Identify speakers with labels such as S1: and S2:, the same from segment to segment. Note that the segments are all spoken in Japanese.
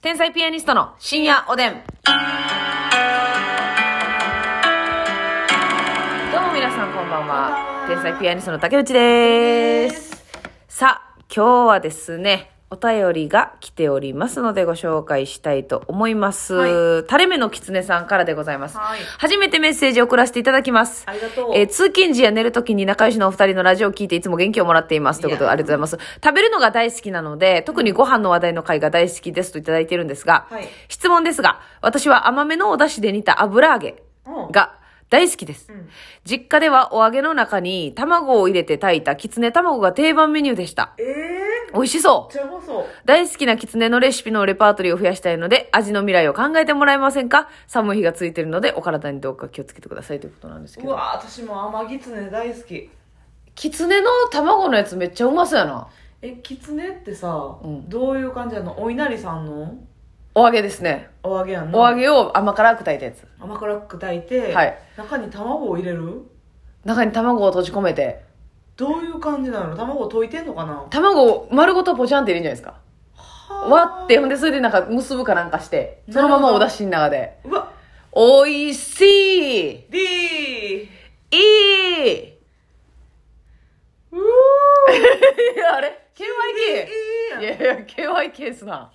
S1: 天才ピアニストの深夜おでん。どうも皆さんこんばんは。天才ピアニストの竹内です。さあ、今日はですね、お便りが来ておりますのでご紹介したいと思います。
S2: は
S1: 垂れ目の狐さんからでございます。
S2: はい
S1: 初めてメッセージを送らせていただきます。
S2: ありがとう
S1: えー通勤時や寝るときに仲良しのお二人のラジオを聞いていつも元気をもらっています。ということで、
S2: いや
S1: ありがとうございます。食べるのが大好きなので、特にご飯の話題の回が大好きですといただいてるんですが、
S2: はい
S1: 質問ですが、私は甘めのお出汁で煮た油揚げ
S2: うん
S1: が大好きです。
S2: ん
S1: 実家ではお揚げの中に卵を入れて炊いたきつね卵が定番メニューでした。
S2: ええ
S1: 美味しそう
S2: ー、じゃこそ。
S1: 大好きなキツネのレシピのレパートリーを増やしたいので、味の未来を考えてもらえませんか寒い日がついてるので、お体にどうか気をつけてくださいということなんですけ
S2: う
S1: ど。
S2: わー私も甘ぎつね大好き。
S1: キツネの卵のやつめっちゃうまそうやな。
S2: え、きつねってさ、
S1: うん
S2: どういう感じなのお稲荷さんの
S1: お揚げですね。
S2: お揚げやんな。
S1: お揚げを甘辛く炊いたやつ。
S2: 甘辛く炊いて、
S1: はい
S2: 中に卵を入れる
S1: 中に卵を閉じ込めて、
S2: どういう感じなの卵を溶いてんのかな
S1: 卵を丸ごとポチャンって入れるんじゃないですか。割って、ほんでそれでなんか結ぶかなんかして、そのままお出汁の中で。
S2: うわ
S1: 美味しい
S2: !D!
S1: い い
S2: うー
S1: いやあれ ?KYK! いやいや、KYK ですな。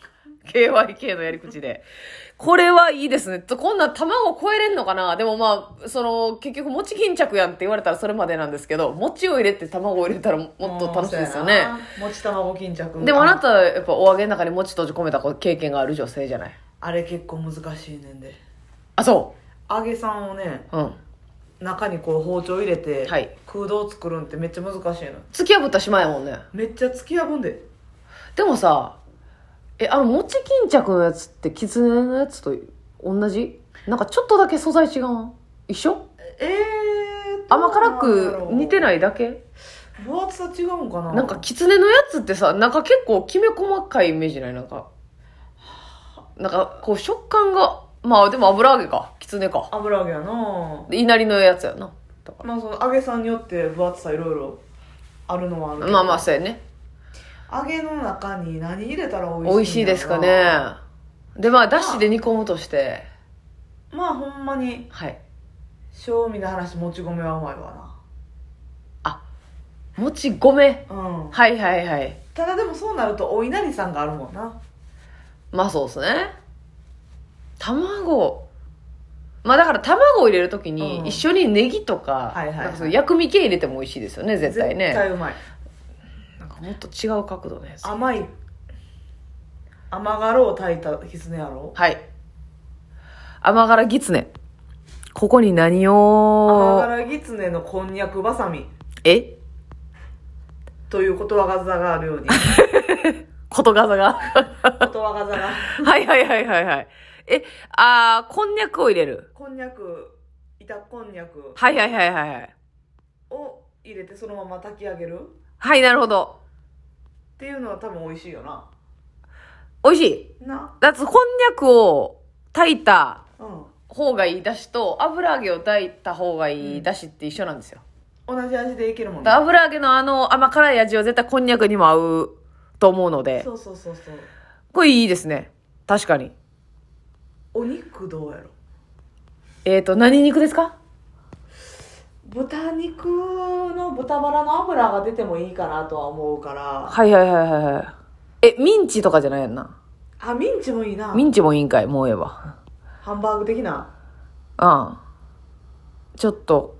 S1: KYK のやり口で。これはいいですね。とこんな卵超えれんのかなでもまあ、その、結局餅巾着やんって言われたらそれまでなんですけど、餅を入れて卵を入れたらももっと楽しいですよね。。
S2: もち卵巾着。
S1: でもあなた、やっぱお揚げの中に餅閉じ込めた経験がある女性じゃない
S2: あれ結構難しいねんで。
S1: あ、そ
S2: 揚げさんをね、
S1: う。うん。
S2: 中にこう包丁入れて、
S1: はい
S2: 空洞作るんってめっちゃ難しいの。
S1: 突き破った島やもんね。
S2: めっちゃ突き破んで。
S1: でもさ、え、あの餅巾着のやつって狐のやつと同じなんかちょっとだけ素材違うん一緒
S2: えー
S1: 甘辛く似て
S2: い
S1: ないだけ
S2: 分厚さ違うんかな
S1: なんか狐のやつってさなんか結構きめ細かいイメージないなんかなんかこう食感がまあでも油揚げか狐か
S2: 油揚げやな
S1: で稲荷のやつやなだか
S2: まあその揚げさんによって分厚さいろいろあるのはある
S1: らまあまあ
S2: あ
S1: そうやね
S2: 揚げの中に何入れたら美味しいんだろう
S1: 美味しいですかねでまあだしで煮込むとして
S2: まあほんまに
S1: はい
S2: 正味の話もち米はうまいわ
S1: もち米
S2: なうん
S1: はいはいはい
S2: ただでもそうなるとお稲荷さんがあるもんな
S1: まあそうですね卵まあだから卵を入れるとき
S2: うん
S1: に一緒にネギとか,、
S2: はいはいはい
S1: なんかそういう薬味系入れても美味しいですよね絶対ね
S2: 絶対うまい
S1: なんかもっと違う角度のやつ。
S2: 甘い甘がろを炊いたきつねやろ
S1: はい。甘辛ぎつね。ここに何
S2: 甘
S1: を、
S2: 辛きつねのこんにゃくばさみ
S1: え
S2: ということわざがあるよ うに
S1: ことがざが。
S2: ことわざが
S1: はいはいはいはいはい。え、あー、こんにゃくを入れる。
S2: こんにゃく板こんにゃく
S1: はいはいはいはいはい。
S2: を入れてそのまま炊き上げるっ
S1: はい、なるほど。
S2: ていうのは多分美味しいよな
S1: 美味しい。
S2: な
S1: だってこんにゃくを炊いた
S2: うん
S1: 方がいいだしと、油揚げを炊いた方がいいだしって一緒なんですよ。
S2: 同じ味でいけるもん
S1: だから油揚げのあの甘辛い味は絶対こんにゃくにも合うと思うので、
S2: そうそうそうそう
S1: これいいですね。確かに。
S2: お肉どうやろ
S1: えっ、ー、と、何肉ですか
S2: 豚肉の豚バラの油が出てもいいかなとは思うから
S1: はいはいはいはいはい。え、ミンチとかじゃないやんな。
S2: あミンチもいいな
S1: ミンチもいいんかい、もうええわ。
S2: ハンバーグ的な
S1: うん。ちょっと、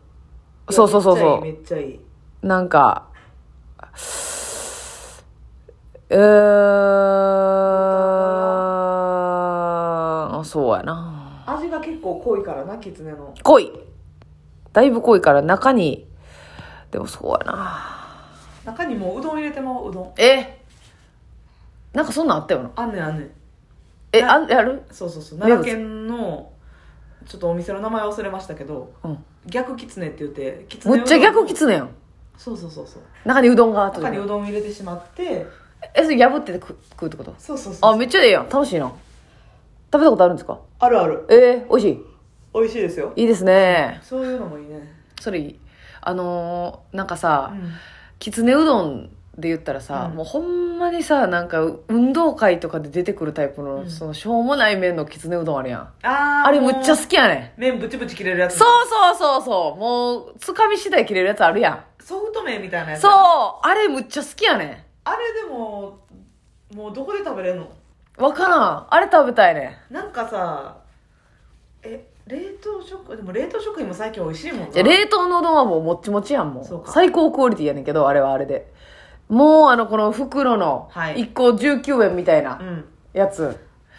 S1: そうそうそうそ。
S2: めっちゃいいめっちゃいいう
S1: なんか、うーん、そうやな。
S2: 味が結構濃いからなきつねの
S1: 濃い。だいぶ濃いから中に、でもそうやな。
S2: 中にもううどん入れてもうどん
S1: えなんかそんなんあったよな。
S2: あんねんあんねん
S1: え、あん、やる
S2: そうそうそう
S1: 名物
S2: 奈良県のちょっとお店の名前忘れましたけど
S1: うん。
S2: 逆キツネって言ってキツネ
S1: むっちゃ逆き
S2: つ
S1: つねやん。
S2: そうそうそうそう
S1: 中にうどんがあった
S2: 中にうどん入れてしまって
S1: え、それ破ってて食う食うってこと
S2: そうそうそう
S1: あ、めっちゃええやん。楽しいな。食べたことあるんですか
S2: あるある
S1: ええ美味し
S2: 美味しいですよ
S1: い。いいですね。
S2: そういうのもいいね
S1: それいい。あのー、なんかさ、
S2: ん
S1: きつねうどんで言ったらさ、
S2: うん
S1: もうほんまにさなんか運動会とかで出てくるタイプの、
S2: うん
S1: そのしょうもない麺のきつねうどんあるやん
S2: あー
S1: あれむっちゃ好きやね
S2: 麺ブチブチ切れるや
S1: ん
S2: つ
S1: そうそうそうそうもうつかみ次第切れるやつあるや
S2: ソフト麺みたいなや
S1: ん
S2: つ
S1: そうあれむっちゃ好きやね
S2: あれでももうどこで食べれんの
S1: んわからんあれ食べたいねん
S2: なんかさえ冷凍食でも冷凍食品も最近美味しいもん
S1: いや
S2: な
S1: 冷凍のうどんはもうもっちもちやんも
S2: そう
S1: う
S2: か
S1: 最高クオリティやねんけどあれはあれでもうあのこの袋の
S2: はい
S1: 1個19円みたいな
S2: うん
S1: やつ、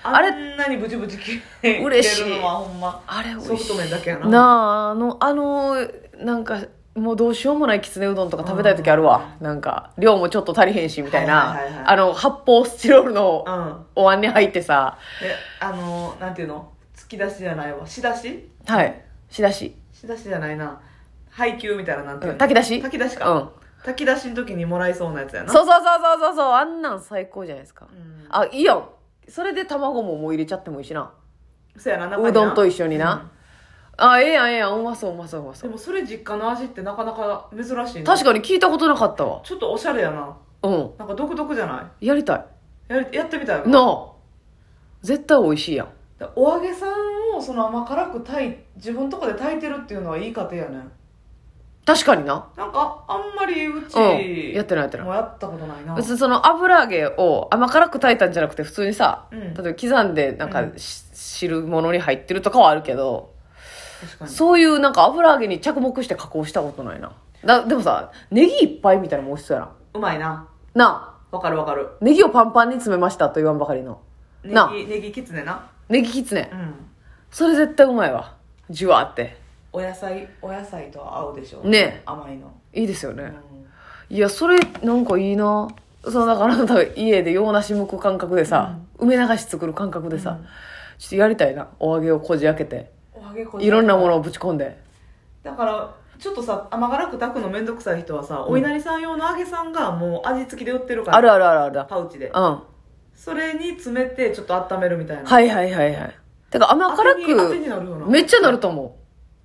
S2: あ
S1: あれ
S2: んなにブチブチ切れる
S1: 嬉しい
S2: のはほんま
S1: あれ美味しい
S2: ソフト麺だけやな
S1: なああのあのなんかもうどうしようもないきつねうどんとか食べたい時あるわ、なんか量もちょっと足りへんしみたいな、
S2: はいはいはいはい
S1: あの発泡スチロールの
S2: うん
S1: お椀に入ってさ
S2: であのなんていうの突き出しじゃないわ仕出し
S1: はい仕出し、
S2: 仕出しじゃないな配給みたいななんていううの
S1: ん、炊き出し
S2: 炊き出しか、
S1: うん
S2: 炊き出しの時にもらいそうなやつやな
S1: そうそうそうそうそうそうあんなん最高じゃないですか、
S2: うん
S1: あいいやんそれで卵ももう入れちゃってもいいしな
S2: そうやな中にな
S1: うどんと一緒にな、あええやんええやんうまそううまそううま
S2: で
S1: そう
S2: もそれ実家の味ってなかなか珍しいな
S1: 確かに聞いたことなかったわ
S2: ちょっとおしゃれやな
S1: うん
S2: なんか独特じゃな
S1: やりた
S2: いやりやってみたい
S1: いなあ絶対美味しいやん
S2: お揚げさんをその甘辛く炊い自分とこで炊いてるっていうのはいい家庭やね
S1: 確かにな
S2: なんかあんまりうち、
S1: うんやってないやってない
S2: もうやったことないな
S1: 別にその油揚げを甘辛く炊いたんじゃなくて普通にさ、
S2: うん
S1: 例えば刻んでなんか
S2: うん
S1: し汁物に入ってるとかはあるけど、
S2: 確かに
S1: そういうなんか油揚げに着目して加工したことないなだでもさネギいっぱいみたいなのも美味しそうやな
S2: うまいな
S1: なあ
S2: わかるわかる
S1: ネギをパンパンに詰めましたと言わんばかりの
S2: ネ
S1: なあ
S2: ギネギきつねな
S1: ネギきつね
S2: うん
S1: それ絶対うまいわじゅわって
S2: お野菜お野菜と合うでしょ
S1: ね
S2: 甘いの、
S1: いいですよね、
S2: うん
S1: いや、それ、なんかいいなそう、だから、多分家で洋梨剥く感覚でさ、梅流し作る感覚でさ、
S2: うん
S1: ちょっとやりたいな。お揚げをこじ開けて、
S2: お揚げこ
S1: いろんなも
S2: の
S1: のをぶち込んで。
S2: だからちょっとさ甘辛く炊くのめんどくさい人はさ、お稲荷さん用の揚げさんがもう味付きで売ってるから
S1: あるあるあるあるだ。
S2: パウチで
S1: う
S2: それに詰めてちょっと温めるみたい
S1: ん。
S2: な
S1: はいはいはいはい。てか、甘辛
S2: 当てに当てに
S1: く、
S2: なるよな
S1: めっちゃなると思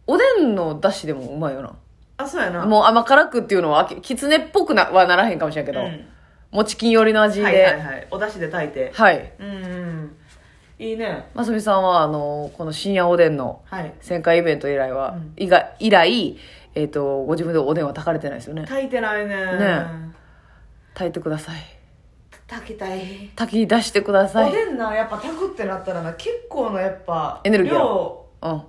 S1: う。おでんの出汁でもうまいよな。
S2: あそうやな
S1: もう甘辛くっていうのは、ききつねっぽくなはならへんかもしれんけど、
S2: うん
S1: もちきん寄りの味で。
S2: はいはいはいお出汁で炊いて
S1: はい。
S2: うんうんいいね
S1: ますみさんは、あの、この深夜おでんの、
S2: はい
S1: 旋回イベント以来は、
S2: うん
S1: 以外以来、えっとご自分でおでんは炊かれてないですよね
S2: 炊いてないね
S1: ね炊いてください
S2: 炊きたい
S1: 炊き出してくださ
S2: お
S1: いうん
S2: でんなやっぱ炊くってなったらな結構のやっぱ
S1: エネルギーや
S2: 量
S1: あ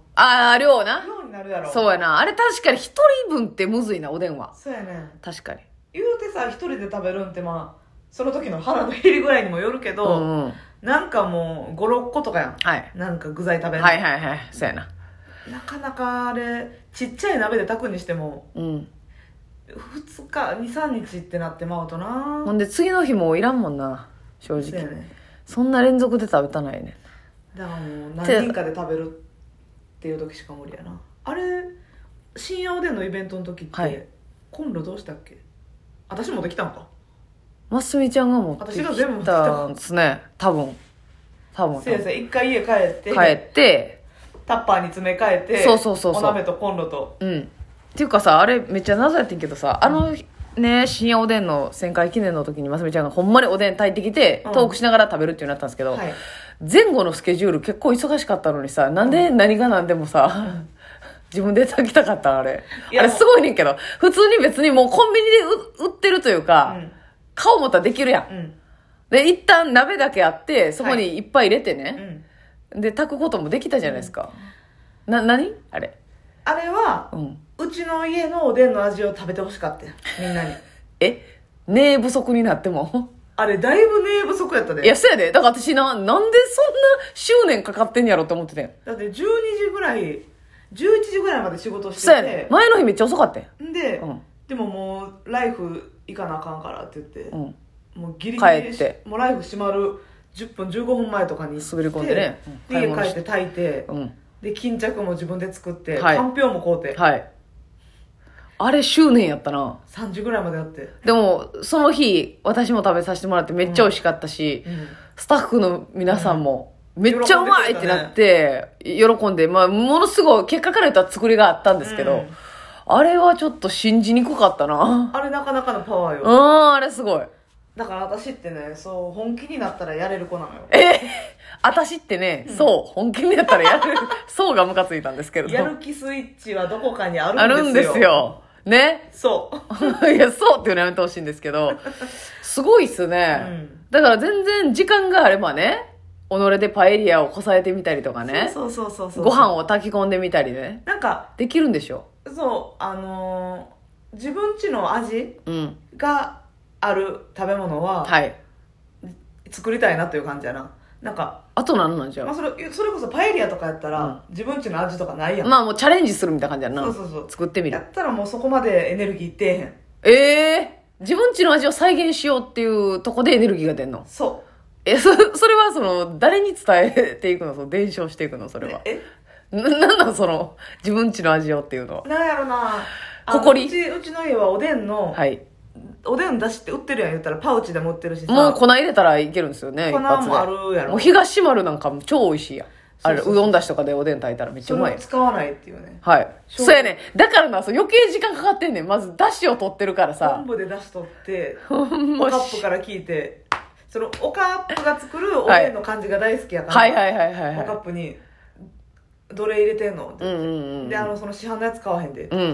S1: あ量な
S2: 量になるやろ
S1: そうやなあれ確かに一人分ってむずいなおでんは
S2: そうやね
S1: 確かに
S2: 言うてさ一人で食べるんってまあその時の腹の減り具合にもよるけ
S1: う
S2: ど、
S1: ん、うん、
S2: なんかもう56個とかや
S1: はい
S2: んなんか具材食べる、
S1: はいはいはいそうやな
S2: なかなかあれちっちゃい鍋で炊くにしても
S1: うん
S2: 2日23日ってなってまうとな
S1: ほんで次の日もういらんもんな正
S2: そうや
S1: 直
S2: ね
S1: そんな連続で食べたないね
S2: だからもう何人かで食べるっていう時しか無理やなあれ深夜おでんのイベントの時って、
S1: はい
S2: コンロどうしたっけ私もできたんか
S1: ますみちゃんが持って
S2: 私が全部
S1: き
S2: 持ってきた
S1: たんですね多分多分
S2: せやせや一回家帰って
S1: 帰って
S2: タッパーに詰め替えて
S1: そうそうそうそう
S2: お鍋とコンロと
S1: うん。っていうかさ、あれめっちゃ謎やってんけどさ、あの、ね、深夜おでんの旋回記念の時に、ますみちゃんがほんまにおでん炊いてきて、
S2: うん
S1: トークしながら食べるっていうのになったんですけど、
S2: はい
S1: 前後のスケジュール結構忙しかったのにさ、なんで何が何でもさ、 自分で炊きたかったんあれ。
S2: いや
S1: あれすごいねんけど、普通に別にもうコンビニでう売ってるというか、顔持ったらできるやん
S2: う。んうん
S1: で、一旦鍋だけあって、そこにいっぱい入れて
S2: う
S1: ね、
S2: ん
S1: で、炊くこともできたじゃないですか。な、何あれ。
S2: あれは
S1: うん。
S2: うちの家のおでんの味を食べてほしかったよみんなに
S1: え寝不足になっても
S2: あれだいぶ寝不足やったで
S1: いや、そうやで。だから私な、なんでそんな執念かかってんやろって思っててん。
S2: だって12時ぐらい11時ぐらいまで仕事して
S1: そうやで
S2: て。
S1: 前の日めっちゃ遅かったよ。
S2: んで、
S1: うん
S2: でももうライフ行かなあかんからって言って、
S1: うん。
S2: もうギリギ
S1: 帰
S2: リ
S1: って
S2: もうライフ閉まる10分15分前とかに行って
S1: 滑り込んでねうん
S2: で
S1: 買い
S2: 家
S1: 物
S2: 帰
S1: し
S2: ってて炊いて、
S1: うん。
S2: で巾着も自分で作って、
S1: はい
S2: かんぴょうも買うて、
S1: はい。あれ執念やったな。
S2: 3時ぐらいまでやって、
S1: でも、その日、私も食べさせてもらってめっちゃ美味しかったし、スタッフの皆さんも、めっちゃうまいってなって、喜んで、まあ、ものすごい、結果から言ったら作りがあったんですけど、
S2: うん
S1: あれはちょっと信じにくかったな。
S2: あれなかなかのパワ
S1: う
S2: ーよ
S1: ん、あれすごい。
S2: だから私ってねそう本気になったらやれる子なのよ
S1: えー、私ってね、そう、本気になったらや る、そうがムカついたんですけれ
S2: や
S1: ど
S2: る。気スイッチはどこかにあ
S1: あ
S2: る
S1: る
S2: ん
S1: ん
S2: で
S1: です
S2: よ
S1: すよ。ね。
S2: そ
S1: いや、そうっていうのやめてほしいんですけど、すごいっす
S2: う、う
S1: ね。
S2: ん
S1: だから全然時間があればね、己でパエリアをこさえてみたりとかね、
S2: そうそうそうそう
S1: ご飯を炊き込んでみたりね、
S2: なんか
S1: できるんでしょ
S2: そうあのー自分ちの味
S1: うん。
S2: がある食べ物は
S1: はい。
S2: 作りたいなという感じやななんか、
S1: あと何なんじゃ
S2: まあ、
S1: あ
S2: それそれこそパエリアとかやったら、自分ちの味とかないやん、
S1: まあもうチャレンジするみたいな感じやんな。
S2: そうそうそう
S1: 作ってみ
S2: や
S1: る。
S2: ったらもうそこまでエネルギーいってへん
S1: ええー、自分ちの味を再現しようっていうとこでエネルギーが出んの
S2: そ
S1: え、そ、 それはその、誰に伝えていくのその、伝承していくのそうれは。
S2: え
S1: な、なんなんその、自分ちの味をっていうのは。
S2: なんやろなあの
S1: 誇り
S2: うちうちの家はおでんの、
S1: はい。
S2: おでん出しって売ってるやん言ったらパウチでも売ってるしさ
S1: もう粉入れたらいけるんですよね、一
S2: 粉
S1: 発で。
S2: もあるやろ
S1: もう東丸なんかも超美味しいやん。あれ、
S2: そうそう
S1: うどんだしとかでおでん炊いたらめっちゃ
S2: そう
S1: ま
S2: れ
S1: い
S2: を
S1: やん。
S2: 使わないっていうね
S1: はい。
S2: しょう
S1: そうやねん。だからな、そう余計時間かかってんねん。まず、だしを取ってるからさ
S2: 昆。布で出しとって
S1: ほん
S2: お
S1: ま
S2: カ
S1: し
S2: ップから聞いてそのおカップが作るおでんの感じが大好きやから、
S1: はいはいはいはい
S2: おカッ
S1: は
S2: プに「どれ入れてんの?」って
S1: い。うんうんうん。
S2: であのその市販のやつ買わへんで
S1: うんうんう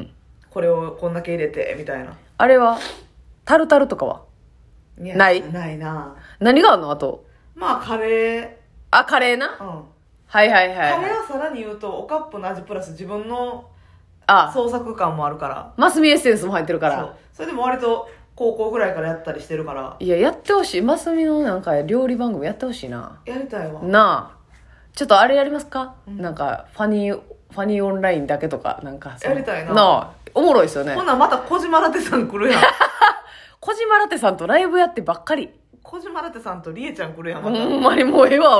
S1: ん。
S2: これをこんだけ入れてみたいな
S1: あれは、タルタルとかは
S2: や
S1: ない
S2: ないな
S1: 何があるのあと。
S2: まあカレー、うん、
S1: あ、カレーな。はいはいはい
S2: カ
S1: は
S2: レ
S1: い。
S2: ーはさらに言うとおカップの味プラス自分の
S1: あ、
S2: 創作感もあるから
S1: マスミエッセンスも入ってるか
S2: そ
S1: ら
S2: う。それでも割と高校ぐらいからやったりしてるから
S1: いや、やってほしい。マスミのなんか料理番組やってほしいな。
S2: やりたいわ
S1: なあ。ちょっとあれやりますか、
S2: うん
S1: なんか、ファニー、ファニーオンラインだけとか、なんかその。
S2: やりたいな
S1: あ。おもろいですよね
S2: ほ。なまた小島ラテさん来るやん
S1: 小島ラテさんとライブやってばっかり。
S2: 小島ラテさんとりえちゃん来るやん
S1: ほ
S2: また
S1: んまにもうええわ、